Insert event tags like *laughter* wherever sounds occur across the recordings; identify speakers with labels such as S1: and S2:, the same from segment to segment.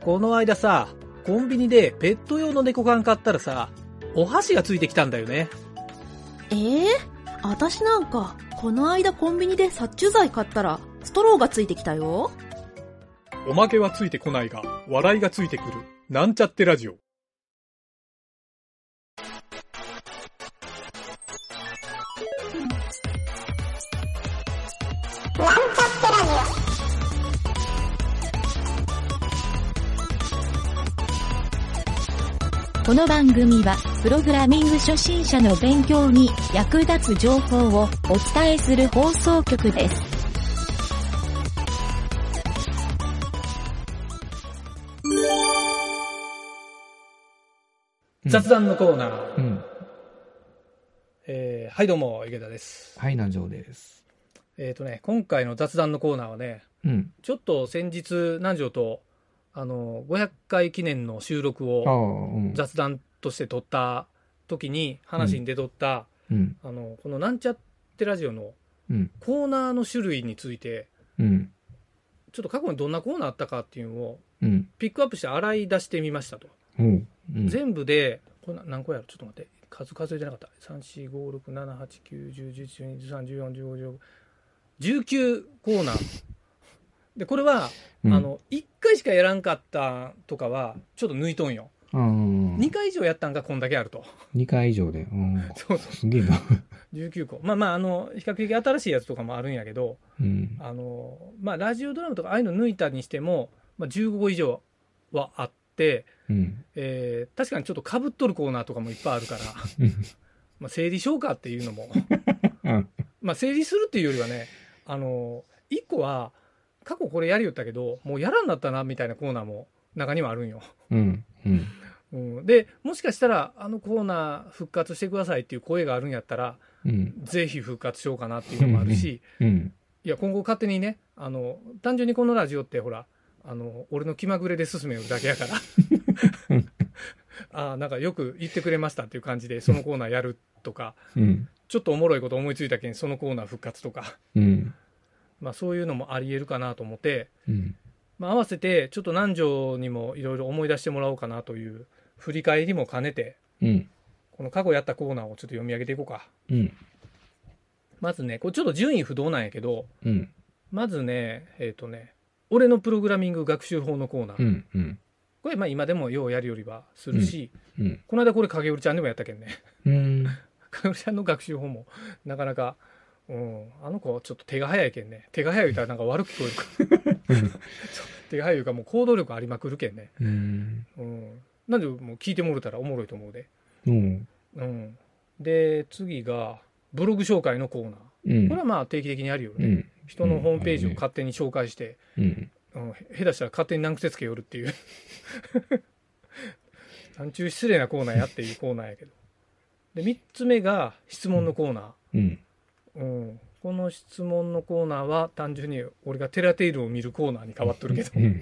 S1: この間さ、コンビニでペット用の猫缶買ったらさ、お箸がついてきたんだよね。
S2: ええ私なんか、この間コンビニで殺虫剤買ったら、ストローがついてきたよ。
S1: おまけはついてこないが、笑いがついてくる。なんちゃってラジオ。
S3: この番組は、プログラミング初心者の勉強に役立つ情報をお伝えする放送局です。
S1: 雑談のコーナー。
S4: うん。
S1: えー、はいどうも、池田です。
S4: はい、南條です。
S1: えっ、とね、今回の雑談のコーナーはね、
S4: うん。
S1: ちょっと先日、南條と、あの、500回記念の収録
S4: ああ、
S1: を
S4: うん。
S1: 雑談として撮った時に、話に出とった、
S4: うん。
S1: あの、このなんちゃってラジオの
S4: うん。
S1: コーナーの種類について、
S4: うん。
S1: ちょっと過去にどんなコーナーあったかっていうのを
S4: うん。
S1: ピックアップして洗い出してみましたと。
S4: うん。うん。
S1: 全部で、これな何個やろちょっと待って、数数えてなかった。3、4、5、6、7、8、9、10、11、12、13、14、15、15、19コーナー。で、これは、
S4: うん
S1: あ、の、1回しかやらんかったとかは、ちょっと抜いとんよ。
S4: うん。
S1: 2回以上やったんがこんだけあると。
S4: 二回以上で。うん。
S1: そうそ
S4: すげえな。
S1: う。19個。まあまあ、あの、比較的新しいやつとかもあるんやけど、
S4: うん。
S1: あの、まあ、ラジオドラマとかああいうの抜いたにしても、まあ、15個以上はあって、
S4: うん。
S1: えー確かにちょっとかぶっとるコーナーとかもいっぱいあるから *laughs*
S4: うん、
S1: まあ整理消化っていうのも、 *laughs*
S4: うん
S1: まあ整理するっていうよりはね、あの、一個は、過去これやりよったけど、もうやらんなったなみたいなコーナーも中にはあるんよ。
S4: うん。うん。
S1: うん、で、もしかしたら、あのコーナー復活してくださいっていう声があるんやったら、
S4: うん。
S1: ぜひ復活しようかなっていうのもあるし、
S4: うん。
S1: いや、今後勝手にね、あの、単純にこのラジオってほら、あの、俺の気まぐれで進めるだけやから。 *laughs* ああ、なんかよく言ってくれましたっていう感じで、そのコーナーやるとか、
S4: うん。
S1: ちょっとおもろいこと思いついたけん、そのコーナー復活とか、
S4: うん。
S1: まあそういうのもあり得るかなと思って、
S4: うん。
S1: まあ合わせて、ちょっと南條にもいろいろ思い出してもらおうかなという振り返りも兼ねて、
S4: うん。
S1: この過去やったコーナーをちょっと読み上げていこうか。
S4: うん。
S1: まずね、これちょっと順位不動なんやけど、
S4: うん。
S1: まずね、えっ、とね、俺のプログラミング学習法のコーナー。
S4: うん。うん。
S1: これまあ今でもようやるよりはするし、
S4: うん。
S1: この間これ影織ちゃんでもやったけんね *laughs*
S4: うん。
S1: 影織ちゃんの学習法もなかなか、うん、あの子ちょっと手が早いけんね手が早い歌なんか悪く聞こえる
S4: *laughs*
S1: かそう手が早いいうかもう行動力ありまくるけんね、
S4: うん。
S1: うん、なんでもう聞いてもろたらおもろいと思うで、
S4: うん。
S1: うん、で次がブログ紹介のコーナー
S4: うん。
S1: これはまあ定期的にあるよ
S4: う
S1: ね、
S4: ん。
S1: 人のホームページを勝手に紹介して、
S4: うん。
S1: うん、へ下手したら勝手に難癖つけよるっていう *laughs* なんちゅう失礼なコーナーやっていうコーナーやけどで3つ目が質問のコーナ
S4: うん。
S1: ー、うん、この質問のコーナーは単純に俺がテラテイルを見るコーナーに変わっとるけど
S4: うん。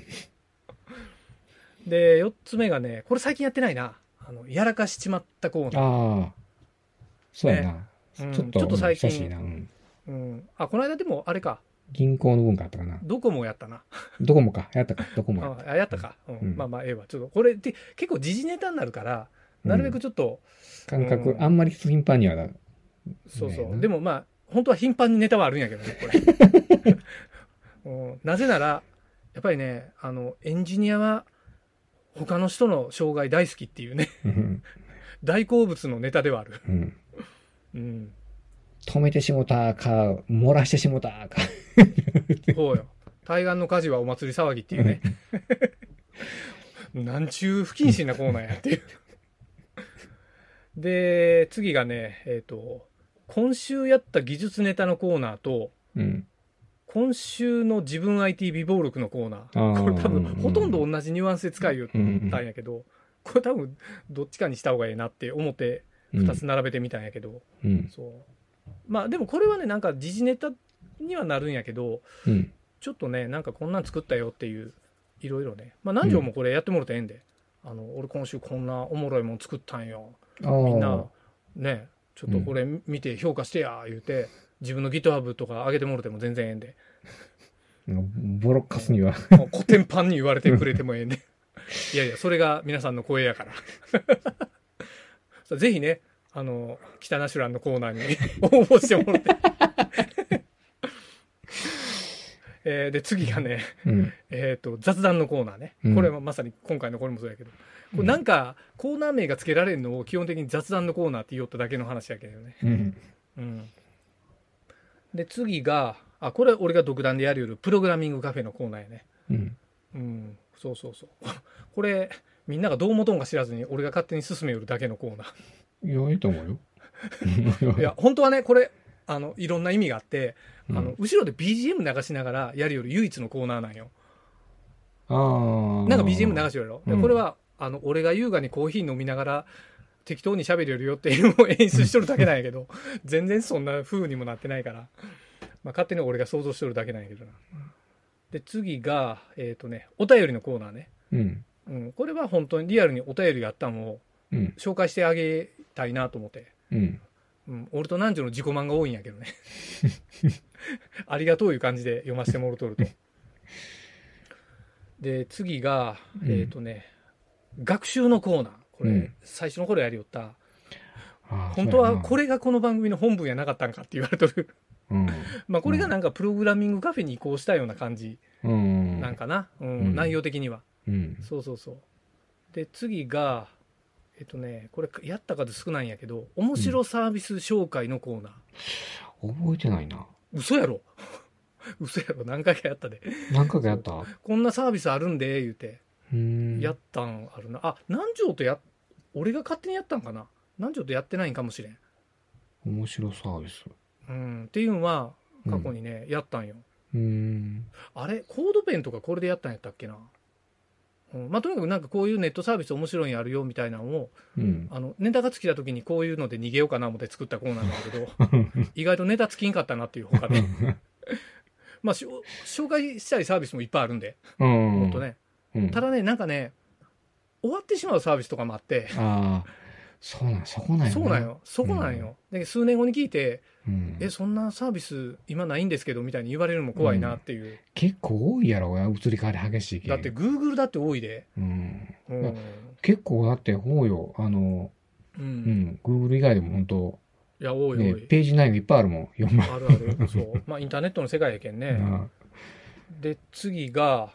S1: で4つ目がねこれ最近やってないなあのやらかしちまったコーナー、
S4: ああ。そうやな。
S1: うん
S4: ちょっと、
S1: ちょっと最近
S4: うん久しいな。うん。
S1: うん、あこの間でもあれか
S4: 銀行の分があったかな。
S1: ドコモやったな
S4: ドコモか。やったか。ドコモやった。
S1: あやったか、うん
S4: うん
S1: まあまあええわちょっとこれって結構時事ネタになるからなるべくちょっと、
S4: 感覚、
S1: うん
S4: あんまり頻繁にはな
S1: そうそ
S4: ねえ
S1: う。
S4: な
S1: でもまあ、本当は頻繁にネタはあるんやけどね、これ。
S4: *laughs*
S1: うんなぜなら、やっぱりね、あの、エンジニアは、他の人の障害大好きっていうね、 *laughs*
S4: うん
S1: 大好物のネタではある。
S4: うん
S1: うん。
S4: 止めてしもたか、漏らしてしもたか。
S1: そうよ。対岸の火事はお祭り騒ぎっていうね。なんちゅう不謹慎なコーナーやっていう。で、次がね、えっ、と、今週やった技術ネタのコーナーと、
S4: うん。
S1: 今週の自分 IT 微暴力のコーナ
S4: あ
S1: ー。
S4: ー
S1: これ多分
S4: うん、
S1: ほとんど同じニュアンスで使いよ
S4: うんうん
S1: ったんやけど、これ多分、どっちかにした方がええなって思って、
S4: うん
S1: 2つ並べてみたんやけど、
S4: うん。
S1: そう。まあでもこれはね、なんか時事ネタにはなるんやけど、
S4: うん。
S1: ちょっとね、なんかこんなん作ったよっていう、いろいろね。まあ何条もこれやってもらってええんで、あの、俺今週こんなおもろいもん作ったんよ。
S4: ああ。
S1: みんな、ね、ちょっとこれ見て評価してや、言うて、自分の GitHub とか上げてもろても全然ええんで。
S4: なんかボロッカスには。
S1: もうコテンパンに言われてくれてもええね。いやいや、それが皆さんの声やから。 *laughs* ぜひね、あの、北ナシュランのコーナーに *laughs* 応募してもらって。 *laughs* えーで、次がね、
S4: うん。
S1: えっ、と、雑談のコーナーね
S4: う。ん
S1: これはまさに今回のこれもそうやけど。これなんか、コーナー名が付けられるのを基本的に雑談のコーナーって言おっただけの話やけどね。
S4: うん。
S1: うん。で、次が、あ、これ俺が独断でやるよりプログラミングカフェのコーナーやね。
S4: うん。
S1: うん、そうそうそう。 *laughs* これ、みんながどう思とんか知らずに、俺が勝手に進めよるだけのコーナ
S4: いや、いいと思うよ。
S1: *laughs* ー。いや、本当はね、これ、あの、いろんな意味があって、
S4: うん、
S1: あの、後ろで BGM 流しながらやるより唯一のコーナーなんよ。
S4: ああ。
S1: なんか BGM 流してるやろ。で
S4: うん
S1: これは、あの、俺が優雅にコーヒー飲みながら、適当に喋るよりよっていうのを演出しとるだけなんやけど、 *laughs* 全然そんな風にもなってないから、まあ、勝手に俺が想像しとるだけなんやけどな。で、次が、えっ、とね、お便りのコーナーね。
S4: うん。
S1: うん、これは本当にリアルにお便りがあったのを
S4: うん。
S1: 紹介してあげたいなと思って、
S4: うん。
S1: うん、俺と南條の自己満が多いんやけ
S4: *laughs*
S1: どねありがとういう感じで読ませてもろとる
S4: *laughs*
S1: とで次が
S4: うん
S1: えっ、とね、学習のコーナーこれ、
S4: うん
S1: 最初の頃やりよった
S4: あー
S1: 本当はこ。れがこの番組の本文やなかったんかって言われとる *laughs*
S4: そうやな
S1: まあこれがなんかプログラミングカフェに移行したような感じ
S4: うん。うん。
S1: なんかな、うん
S4: うん
S1: 内容的には
S4: うん。
S1: そうそうそう。で、次が、えっとね、これやった数少ないんやけど、面白サービス紹介のコーナー。
S4: 覚えてないな。
S1: 嘘やろ *laughs* 嘘やろ何回かやったで。
S4: 何回かやったう
S1: こんなサービスあるんで、言うて。
S4: ーん。
S1: やったんあるな。あ、南條とや、俺が勝手にやったんかな南條とやってないんかもしれん。
S4: 面白サービス。
S1: うん。っていうのは、過去にね、やったんよ。
S4: うーん。
S1: あれコードペンとかこれでやったんやったっけな。うん、まあ、とにかくなんかこういうネットサービス面白いんやあるよみたいなのを
S4: うん。
S1: あのネタが尽きた時にこういうので逃げようかな思って作ったコーナーなんだけど意外とネタ尽きんかったなっていう他でまあしょ紹介したいサービスもいっぱいあるんで
S4: うん。
S1: 本当。ね
S4: うん、
S1: ただねなんかね終わってしまうサービスとかもあって
S4: ああ、そうなん、そこなんよ、ね。
S1: そうなん。よそこなんよ、で数年後に聞いて
S4: うん
S1: 「えそんなサービス今ないんですけど」みたいに言われるのも怖いなっていう、
S4: 結構多いやろ、移り変わり激しいけん
S1: だって、グーグルだって多いで
S4: うん。
S1: うん、
S4: あ結構だって、ほうよ。あの、
S1: う、
S4: うんん、Google 以外でも本当、
S1: いや多い多
S4: ね、
S1: い、
S4: ページ内容いっぱいあるもん。4万。
S1: あるあるそうまあインターネットの世界やけんね、で次が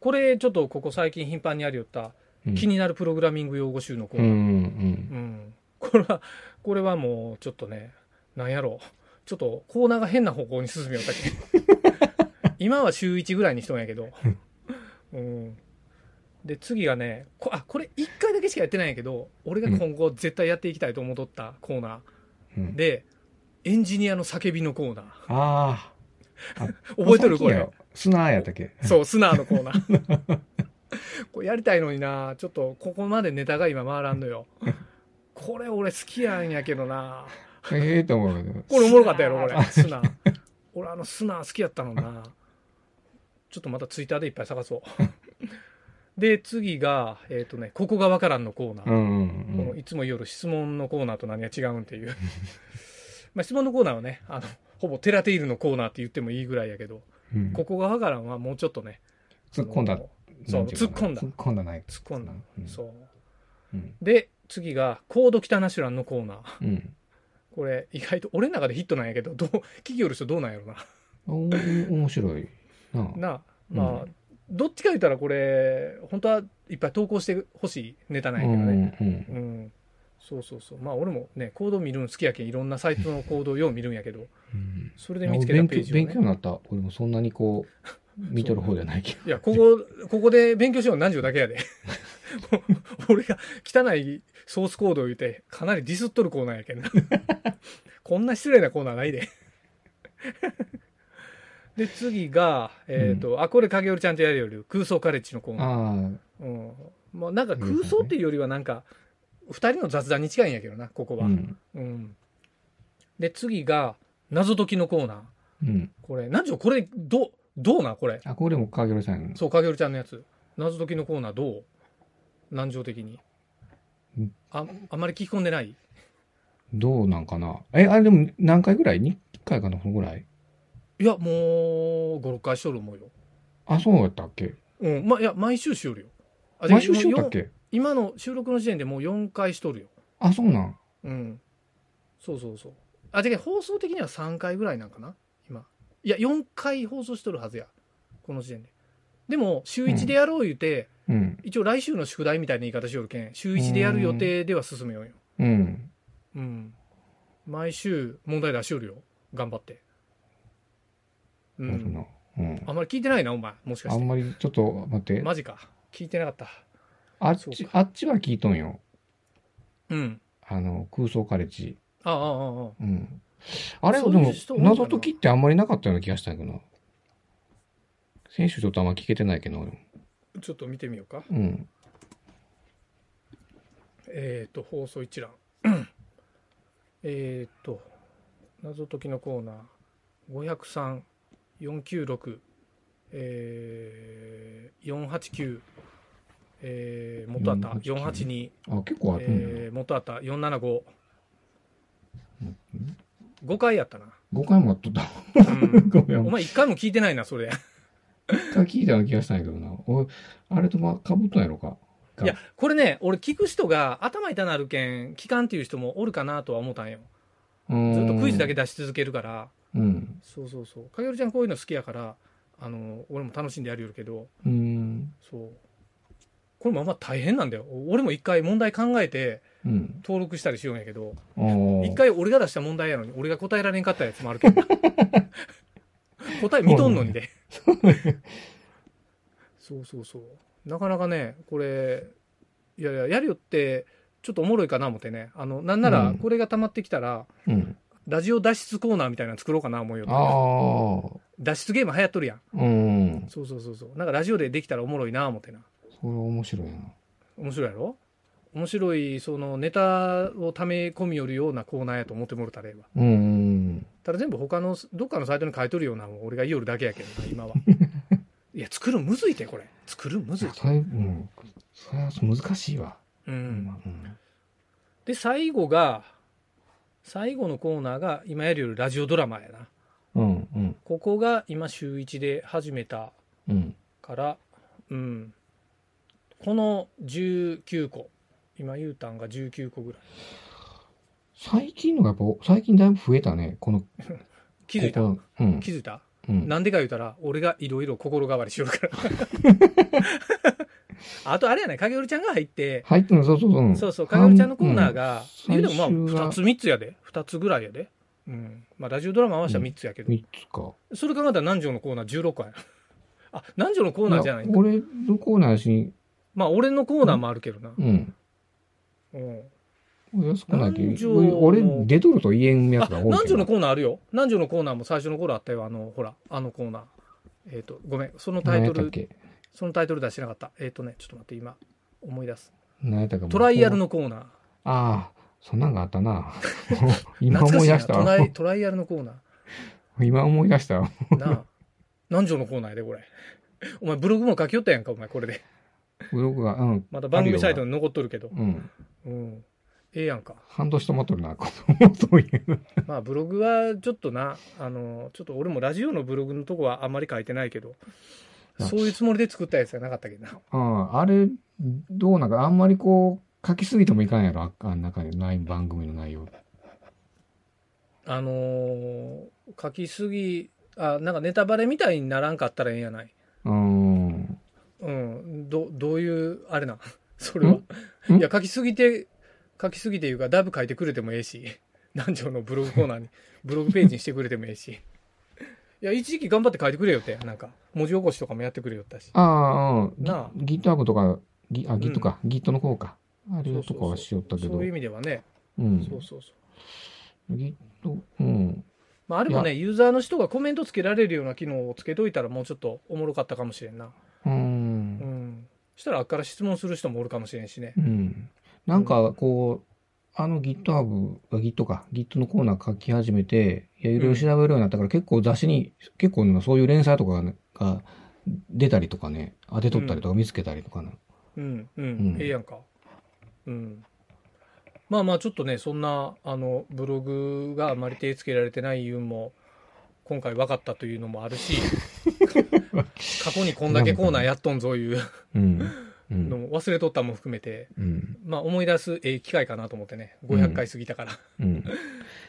S1: これちょっとここ最近頻繁にありよった
S4: うん
S1: 気になるプログラミング用語集のコー
S4: う
S1: ナ
S4: ん、う
S1: ー、
S4: ん。
S1: うんこれはこれはもうちょっとねなんやろちょっとコーナーが変な方向に進みよったけん
S4: *laughs*
S1: 今は週1ぐらいにしとんやけど、うん、で次がねこあこれ1回だけしかやってないんやけど俺が今後絶対やっていきたいと思っとったコーナ
S4: う
S1: ー
S4: ん、
S1: でエンジニアの叫びのコーナー
S4: ああ。
S1: 覚えとるこれ
S4: さっきや。砂やったっけ
S1: *laughs* そう、スナーのコーナー。 *laughs* これやりたいのにな、ちょっとここまでネタが今回らんのよ。これ俺好きやんやけどな。
S4: ええと思うけど。
S1: これおもろかったやろ、これ。スナー。俺あのスナー好きやったのにな。ちょっとまたツイッターでいっぱい探そう。
S4: *laughs*
S1: で、次が、えっ、とね、ここがわからんのコーナー。
S4: うん、うん
S1: この
S4: うん。
S1: いつも夜質問のコーナーと何が違うんっていう。まあ質問のコーナーはね、あの、ほぼテラテイルのコーナーって言ってもいいぐらいやけど、
S4: うん
S1: ここがわからんはもうちょっとね、
S4: 突っ込んだ。
S1: そう
S4: なんていか
S1: 突
S4: な
S1: っ込んだ
S4: 突っ込んだない。
S1: 突っ込んだ。
S4: うん
S1: そう。
S4: うん。
S1: で、次が、コード北ナシュランのコーナ *laughs* ー。
S4: うん。
S1: これ、意外と俺の中でヒットなんやけど、どう、企業の人どうなんやろな。 *laughs*
S4: おー面白い。なあ
S1: なあ、まあ、
S4: う
S1: どっちか言ったらこれ、本当はいっぱい投稿してほしいネタなんやけどね。
S4: うんうん
S1: うん。そうそうそう。まあ、俺もね、コード見るの好きやけん、いろんなサイトのコードをよう見るんやけど、
S4: うん
S1: それ
S4: い
S1: で
S4: や
S1: 見
S4: 俺
S1: つけた
S4: 勉
S1: ペー
S4: 強
S1: ジを、ね。
S4: 勉強になった俺もそんなに
S1: *laughs*
S4: こう見とる方じゃないけど
S1: いや、ここ、ここで勉強しようの何時だけやで。 *laughs* 俺が汚いソースコードを言うて、かなりディスっとるコーナーやけんな。こんな失礼なコーナーないで。 *laughs* で、次が、えっ、と、あ、これ影織ちゃんとやるより空想カレッジのコーナー。
S4: あ
S1: うん。まあ、なんか空想っていうよりはなんか、二人の雑談に近いんやけどな、ここ
S4: あ
S1: は。
S4: う
S1: うん。
S4: ん
S1: で、次が、謎解きのコーナー。
S4: うん
S1: これ、何時これ、どう、どうなんこれ。
S4: あこれも影織さん
S1: そう、影るちゃんのやつ。謎解きのコーナーどう難情的に
S4: うん。
S1: あ、あまり聞き込んでない
S4: どうなんかなえあれでも何回ぐらい2回かなこのぐらい
S1: いや、もう、5、6回しとる思うよ。
S4: あそうやったっけ
S1: うん、ま、いや、毎週しよるよ。あ
S4: 毎週しよ
S1: も
S4: っ
S1: う
S4: たっけ
S1: 今の収録の時点でもう4回しとるよ。
S4: あ、そうなん。
S1: うん。そうそうそう。あ、じゃ放送的には3回ぐらいなんかな今。いや、4回放送しとるはずや。この時点で。でも、週1でやろう言うて、
S4: うん。
S1: 一応来週の宿題みたいな言い方しよるけん、週1でやる予定では進めようよ。
S4: うん。
S1: うん。毎週問題出しよるよ。頑張って。う
S4: ある
S1: ん。
S4: な。うん。
S1: あんまり聞いてないな、お前。もしか
S4: あ
S1: し。
S4: んまり、ちょっと待ってて。
S1: マジか。聞いてなかった。
S4: あっ
S1: そう
S4: ち
S1: か、
S4: あっちは聞いとんよ。
S1: うん。
S4: あの、空想カレッジ。
S1: ああ、ああ、ああ。
S4: うん。あれ、で
S1: そういう
S4: も
S1: 人、多いかな
S4: 謎解きってあんまりなかったような気がしたけどな。選手ちょっとあんま聞けてないけど、俺も
S1: ちょっと見てみようか。
S4: うん。
S1: えー、と、放送一覧。 *coughs* えー、と、謎解きのコーナー、503、496、えー、489、えー、元あった、482、
S4: あ、結構あるんだ
S1: えー、元あった、475、
S4: うん。
S1: 5回やったな。
S4: 5回もやっとった。
S1: うん
S4: ごめん
S1: お前1回も聞いてないな、それ。
S4: 一回聞いたような気がしたんやけどな。おあれとま、かぶっとんやろか。
S1: いや、これね、俺聞く人が頭痛なるけん、聞かんっていう人もおるかなとは思ったんよ。ず
S4: ず
S1: っとクイズだけ。出し続けるから。
S4: うん。
S1: そうそうそう。かげるちゃんこういうの好きやから、あの、俺も楽しんでやるよるけど、
S4: うん。
S1: そう。これもあんま大変なんだよ。俺も一回問題考えて
S4: うん。
S1: 登録したりしようんやけど、
S4: あー
S1: 一回俺が出した問題やのに、俺が答えられんかったやつもある
S4: *laughs*
S1: けど。答え見とんのにで。そうそうそう。なかなかね、これ、いやいや、やるよって、ちょっとおもろいかな思ってね。あの、なんな
S4: う
S1: ら
S4: ん、
S1: これが溜まってきたら、
S4: うん。
S1: ラジオ脱出コーナーみたいなの作ろうかな思うよ。
S4: あ
S1: 脱出ゲーム流行っとるやん。
S4: あ。うん。
S1: そうそうそうそう。なんかラジオでできたらおもろいな思ってな。
S4: それ面白いな。
S1: 面白いやろ面白い、そのネタを溜め込みよるようなコーナーやと思ってもろたらええわ。
S4: うんうん。
S1: ただ全部他の、どっかのサイトに書いとるようなのを俺が言いよるだけやけどな、
S4: *laughs*
S1: 今は。いや、作るむずいて、これ。作るむ
S4: い
S1: ずい
S4: や
S1: て。
S4: それ、うん。それは難しいわ。
S1: う。
S4: うんん。
S1: で、最後が、最後のコーナーが今やるよりラジオドラマやな。
S4: うん。うん。
S1: ここが今週1で始めた
S4: うん。
S1: から、うん、この19個今言うたんが19個ぐらい
S4: 最近のがやっぱ、最近だいぶ増えたね。この、
S1: 気づいた
S4: ここうん。
S1: 気づいた
S4: うん。
S1: なんでか言うたら俺がいろいろ心変わりしよるから
S4: *laughs*
S1: *laughs* あとあれやね影織ちゃんが入って
S4: 入ってんの、そうそうそう。ん
S1: そうそう影織ちゃんのコーナー、が、
S4: うん
S1: 言うても
S4: 最終
S1: まあ
S4: は
S1: 2つ3つやで2つぐらいやでうんまあラジオドラマ合わせたら3つやけど、
S4: 3つか。
S1: それ考えたら南條のコーナー16個や *laughs* あ南條のコーナーじゃないん
S4: いや
S1: だ
S4: 俺のコーナーやし、
S1: まあ俺のコーナーもあるけどな、
S4: うん。
S1: うん、
S4: 安くないけ
S1: 南條の
S4: 俺、出とると言えんや
S1: あ
S4: つが多いけど。
S1: 南條のコーナーあるよ南條のコーナーも最初の頃あったよあのほらあのコーナーえっ、とごめんそのタイト
S4: 何やったっ
S1: ル
S4: け
S1: そのタイトル出してなかったえっ、とねちょっと待って今思い出す
S4: 何やったか
S1: トライアル
S4: の。
S1: のコーナー
S4: ああ、そんなんがあったな。 *laughs* 今
S1: 懐
S4: 思
S1: か
S4: い
S1: しい
S4: 出
S1: なトラ
S4: した。
S1: イトライアルのコーナ
S4: 今思い出した。
S1: ーなあ南條のコーナーやでこれお前ブログも書きよったやんかお前これで
S4: ブログが、うん。
S1: また番組サイトに残っとるけど
S4: うん。
S1: うんええやんか *laughs*
S4: 半年止まっとるな、この、 *laughs* そういう。
S1: まあブログはちょっとなあのちょっと俺もラジオのブログのとこはあんまり書いてないけどそういうつもりで作ったやつじゃなかったけどな
S4: うん。あれ、どうなんか、あんまりこう、書きすぎてもいかんやろ、ああん中に、ない番組の内容。
S1: あのー書きすぎあなんかネタバレみたいにならんかったらええんやない、
S4: うん。
S1: うん、どどういうあれなん *laughs* それは
S4: ん
S1: いや書きすぎて書きすぎていうかだいぶ書いてくれてもええし *laughs* 南條のブログコーナーに *laughs* ブログページにしてくれてもええしいや一時期頑張って書いてくれよってなんか文字起こしとかもやってくれよったし
S4: ああ、うん。
S1: なあ
S4: GitHub とか、ギあ、Git か。Git の方か。あれとかはしよったけ
S1: そ
S4: ど
S1: ういう。意味ではね、
S4: うん。
S1: そうそうそう、
S4: Git、うん。
S1: まあ、あれもねユーザーの人がコメントつけられるような機能をつけといたらもうちょっとおもろかったかもしれんなう
S4: う。
S1: んんしたらあっから質問する人もおるかもしれんしね
S4: うん。なんか、こう、あの GitHub、あ Git か、Git のコーナー書き始めて、いやいろいろ調べるようになったから、結構雑誌に、結構なそういう連載とかが,、が出たりとかね、当てとったりとか見つけたりとかな。
S1: うんうん、
S4: うん
S1: ええやんか。うん。まあまあ、ちょっとね、そんな、あの、ブログがあまり手つけられてない理由も、今回分かったと
S4: *laughs*
S1: いうのもあるし、過去にこんだけコーナーやっとんぞいう、
S4: うん。うん
S1: *laughs* のも忘れとったも含めて、
S4: うん。
S1: まあ思い出すええ機会かなと思ってね、500回過ぎたから。
S4: うん。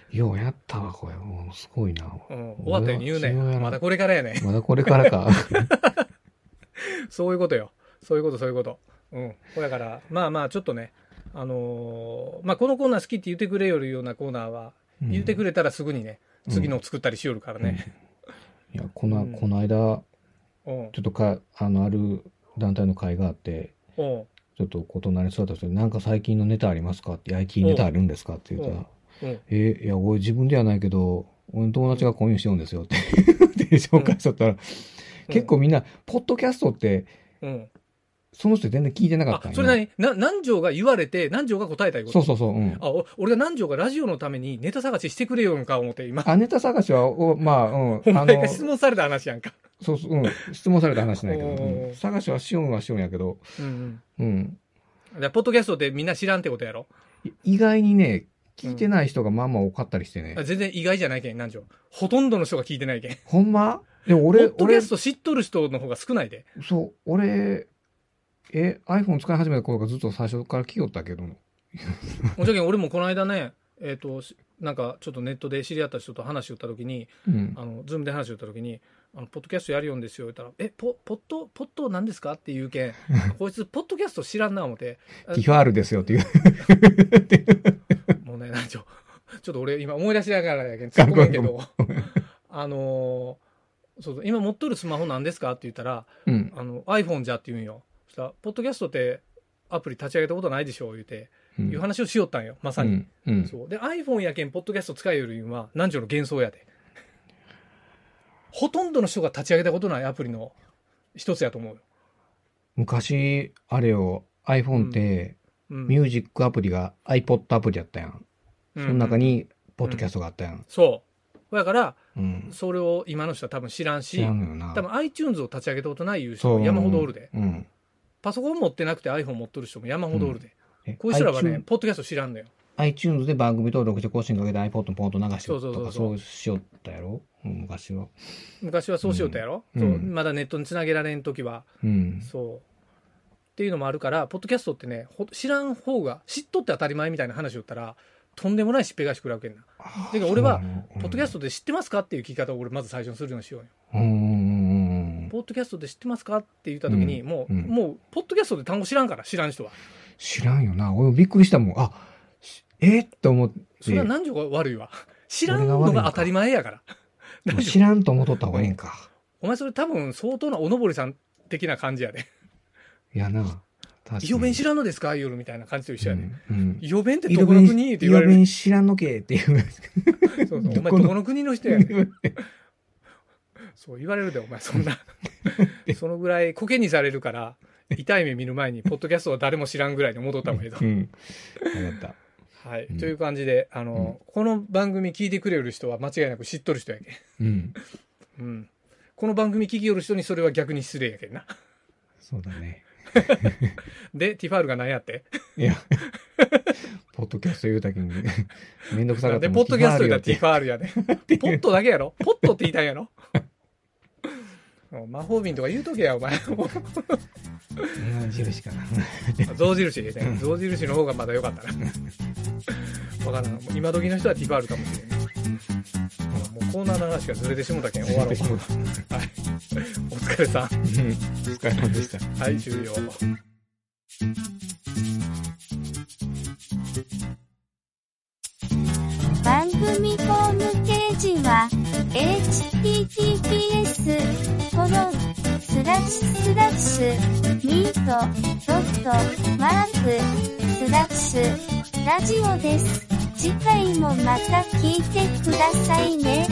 S4: ようやったわ、これ。もうすごいな。
S1: うん、終わったように言うね
S4: 俺はそうや。な
S1: まだこれからやね。
S4: まだこれからか。
S1: *laughs* そういうことよ。そういうこと、そういうこと。うん。これから、まあまあ、ちょっとね、あのーまあこのコーナー好きって言ってくれよるようなコーナーは、言ってくれたらすぐにね、
S4: うん
S1: 次のを作ったりしよるからね。
S4: いや、この、
S1: うん
S4: この間、
S1: うん。
S4: ちょっとか、あの、ある団体の会があって、
S1: うん。
S4: ちょっと異なりそうだった人に、なんか最近のネタありますかって、最近ネタあるんですかって言ったら、
S1: うんうん
S4: え、いや、俺自分ではないけど、俺の友達がこういうのしてるんですよってで紹介しちゃったら、結構みんな、ポッドキャストって、
S1: うん。
S4: その人全然聞いてなか
S1: あ
S4: ったん、よ
S1: それ何な、何条が言われて、何条が答えたいうこと
S4: そうそうそう。うん。
S1: あ、お俺が何条がラジオのためにネタ探ししてくれよんか思って、今。
S4: あ、ネタ探しは、おまあ、
S1: *laughs*
S4: うん。
S1: お
S4: あ
S1: 前
S4: の
S1: が、質問された話やんか。
S4: そうそう、うん。質問された話ないけど、
S1: おー
S4: うん探しはしよんはしよんやけど、
S1: うん
S4: うん。
S1: うん。でポッドキャストってみんな知らんってことやろ
S4: い意外にね、聞いてない人がまあまあ多かったりしてね。
S1: あ全然意外じゃないけん、何条。ほとんどの人が聞いてないけん。
S4: ほんまでも
S1: ポ
S4: 俺、
S1: ッドキ
S4: 俺
S1: ャス、ト知っとる人の方が少ないで。
S4: そう、俺、え、iPhone 使い始めた頃からずっと最初から聞きよったけど、
S1: もちろん俺もこの間ね、えっ、と、しなんかちょっとネットで知り合った人と話をった時に、
S4: うん。
S1: あの、ズームで話をった時に、あの、ポッドキャストやるよんですよ、言ったら、え、ポ、ポッド、ポッドなんですかって言う
S4: *laughs*
S1: けん、こいつ、ポッドキャスト知らんな思って、あ
S4: ティファールですよっていう。
S1: もうね、なんちょ、 *laughs* ちょっと俺今思い出しながらやけん、突っ込めんけど、あのーそうそう、今持っとるスマホなんですかって言ったら、
S4: うん。
S1: あの、iPhone じゃって言うんよ。そしたら、ポッドキャストってアプリ立ち上げたことないでしょ、言うて、
S4: うん
S1: いう話をしよったんよ、まさに。
S4: うん。うん
S1: そう。で、iPhone やけん、ポッドキャスト使えよりは、何条の幻想やで。ほとんどの人が立ち上げたことないアプリの一つやと思うよ。
S4: 昔、あれよ、iPhone って、
S1: うん。
S4: ミュージックアプリが iPod アプリやったやん。
S1: そ
S4: その中。に、ポッドキャストがあったやん。
S1: そう。だから、
S4: うん。
S1: それを今の人は多分知らん
S4: 知
S1: し
S4: ら、んのよな。
S1: 多分 iTunes を立ち上げたことないいう
S4: そ
S1: 人
S4: う。
S1: 山ほどおるで。
S4: うん。
S1: パソコン持ってなくて iPhone 持っとる人も山ほどおるで。
S4: え
S1: こういう人らはね
S4: iTunes、
S1: ポッドキャスト知らんのよ。
S4: iTunes で番組登録して更新かけて iPod にポンと流して
S1: そう
S4: と
S1: そうそ
S4: か
S1: うそう
S4: そうしよったやろうん昔は。
S1: 昔はそうしようとやろ、
S4: うん
S1: そう
S4: うん
S1: まだネットにつなげられん時は。
S4: うん。
S1: そう。っていうのもあるから、ポッドキャストってね、ほ知らん方が、知っとって当たり前みたいな話を言ったら、とんでもないしっぺ返し食らうけんな。
S4: あー
S1: てか俺は
S4: そうなのうん
S1: ポッドキャストで知ってますかっていう聞き方を俺まず最初にするようにしようよ。
S4: うんうんうんうん。
S1: ポッドキャストで知ってますかって言った時に、
S4: うん
S1: もう、
S4: うん
S1: もう、ポッドキャストで単語知らんから、知らん人は。
S4: 知らんよな。俺もびっくりしたもん。あ、しえっと思って。
S1: それは何条が悪いわ。知らんのが当たり前やから。
S4: も
S1: 何
S4: う
S1: 条
S4: 知らんと思っとった方がええんか。
S1: お前それ多分相当なおのぼりさん的な感じやで。
S4: いやな。確か
S1: イオベン知らんのですか夜みたいな感じと一緒やで。
S4: うんうん
S1: イオベンって
S4: イ
S1: ど
S4: オ
S1: こ
S4: ベ
S1: の
S4: ン
S1: 国って
S4: イ
S1: 言わ
S4: オ
S1: れ
S4: ベ
S1: る。
S4: ン知らんのけっていう。
S1: そうそう。お前
S4: どこの
S1: どこの国の人やねん。そう言われるで、お前、そん *laughs* な。そのぐらい、コケにされるから、痛い目見る前に、ポッドキャストは誰も知らんぐらいに戻った方がいいと
S4: う。ん。わかった。
S1: はい。
S4: うん
S1: という感じで、あの、この番組聞いてくれよる人は間違いなく知っとる人やけ
S4: うん。
S1: ん。うん。この番組聞きよる人にそれは逆に失礼やけんな。
S4: そうだね。
S1: で、ティファールが何やって
S4: いや、ポッドキャスト言うたけに、めんどくさ
S1: なん
S4: かった
S1: で、
S4: もん。
S1: ポッドキャスト言ったらティ
S4: ティフ
S1: ファールやで。ポットだけやろポットって言いたいんや *laughs* ろもう魔法瓶とか言うとけや、お前。
S4: ァールようん印かな。
S1: 象印ですね。象印の方がまだ良かったな。わからん。もう今時の人はティファールかもしれない。もうコーナーの話がずれてしもた *laughs* けん終わろう
S4: *laughs*
S1: か。はい。お疲れさん。
S4: うんお疲れ様でした。
S1: はい、終了。
S5: 番組ホームページは https コロンスラッシュスラッシュミートドットマークスラッシュラジオです。次回もまた聞いてくださいね。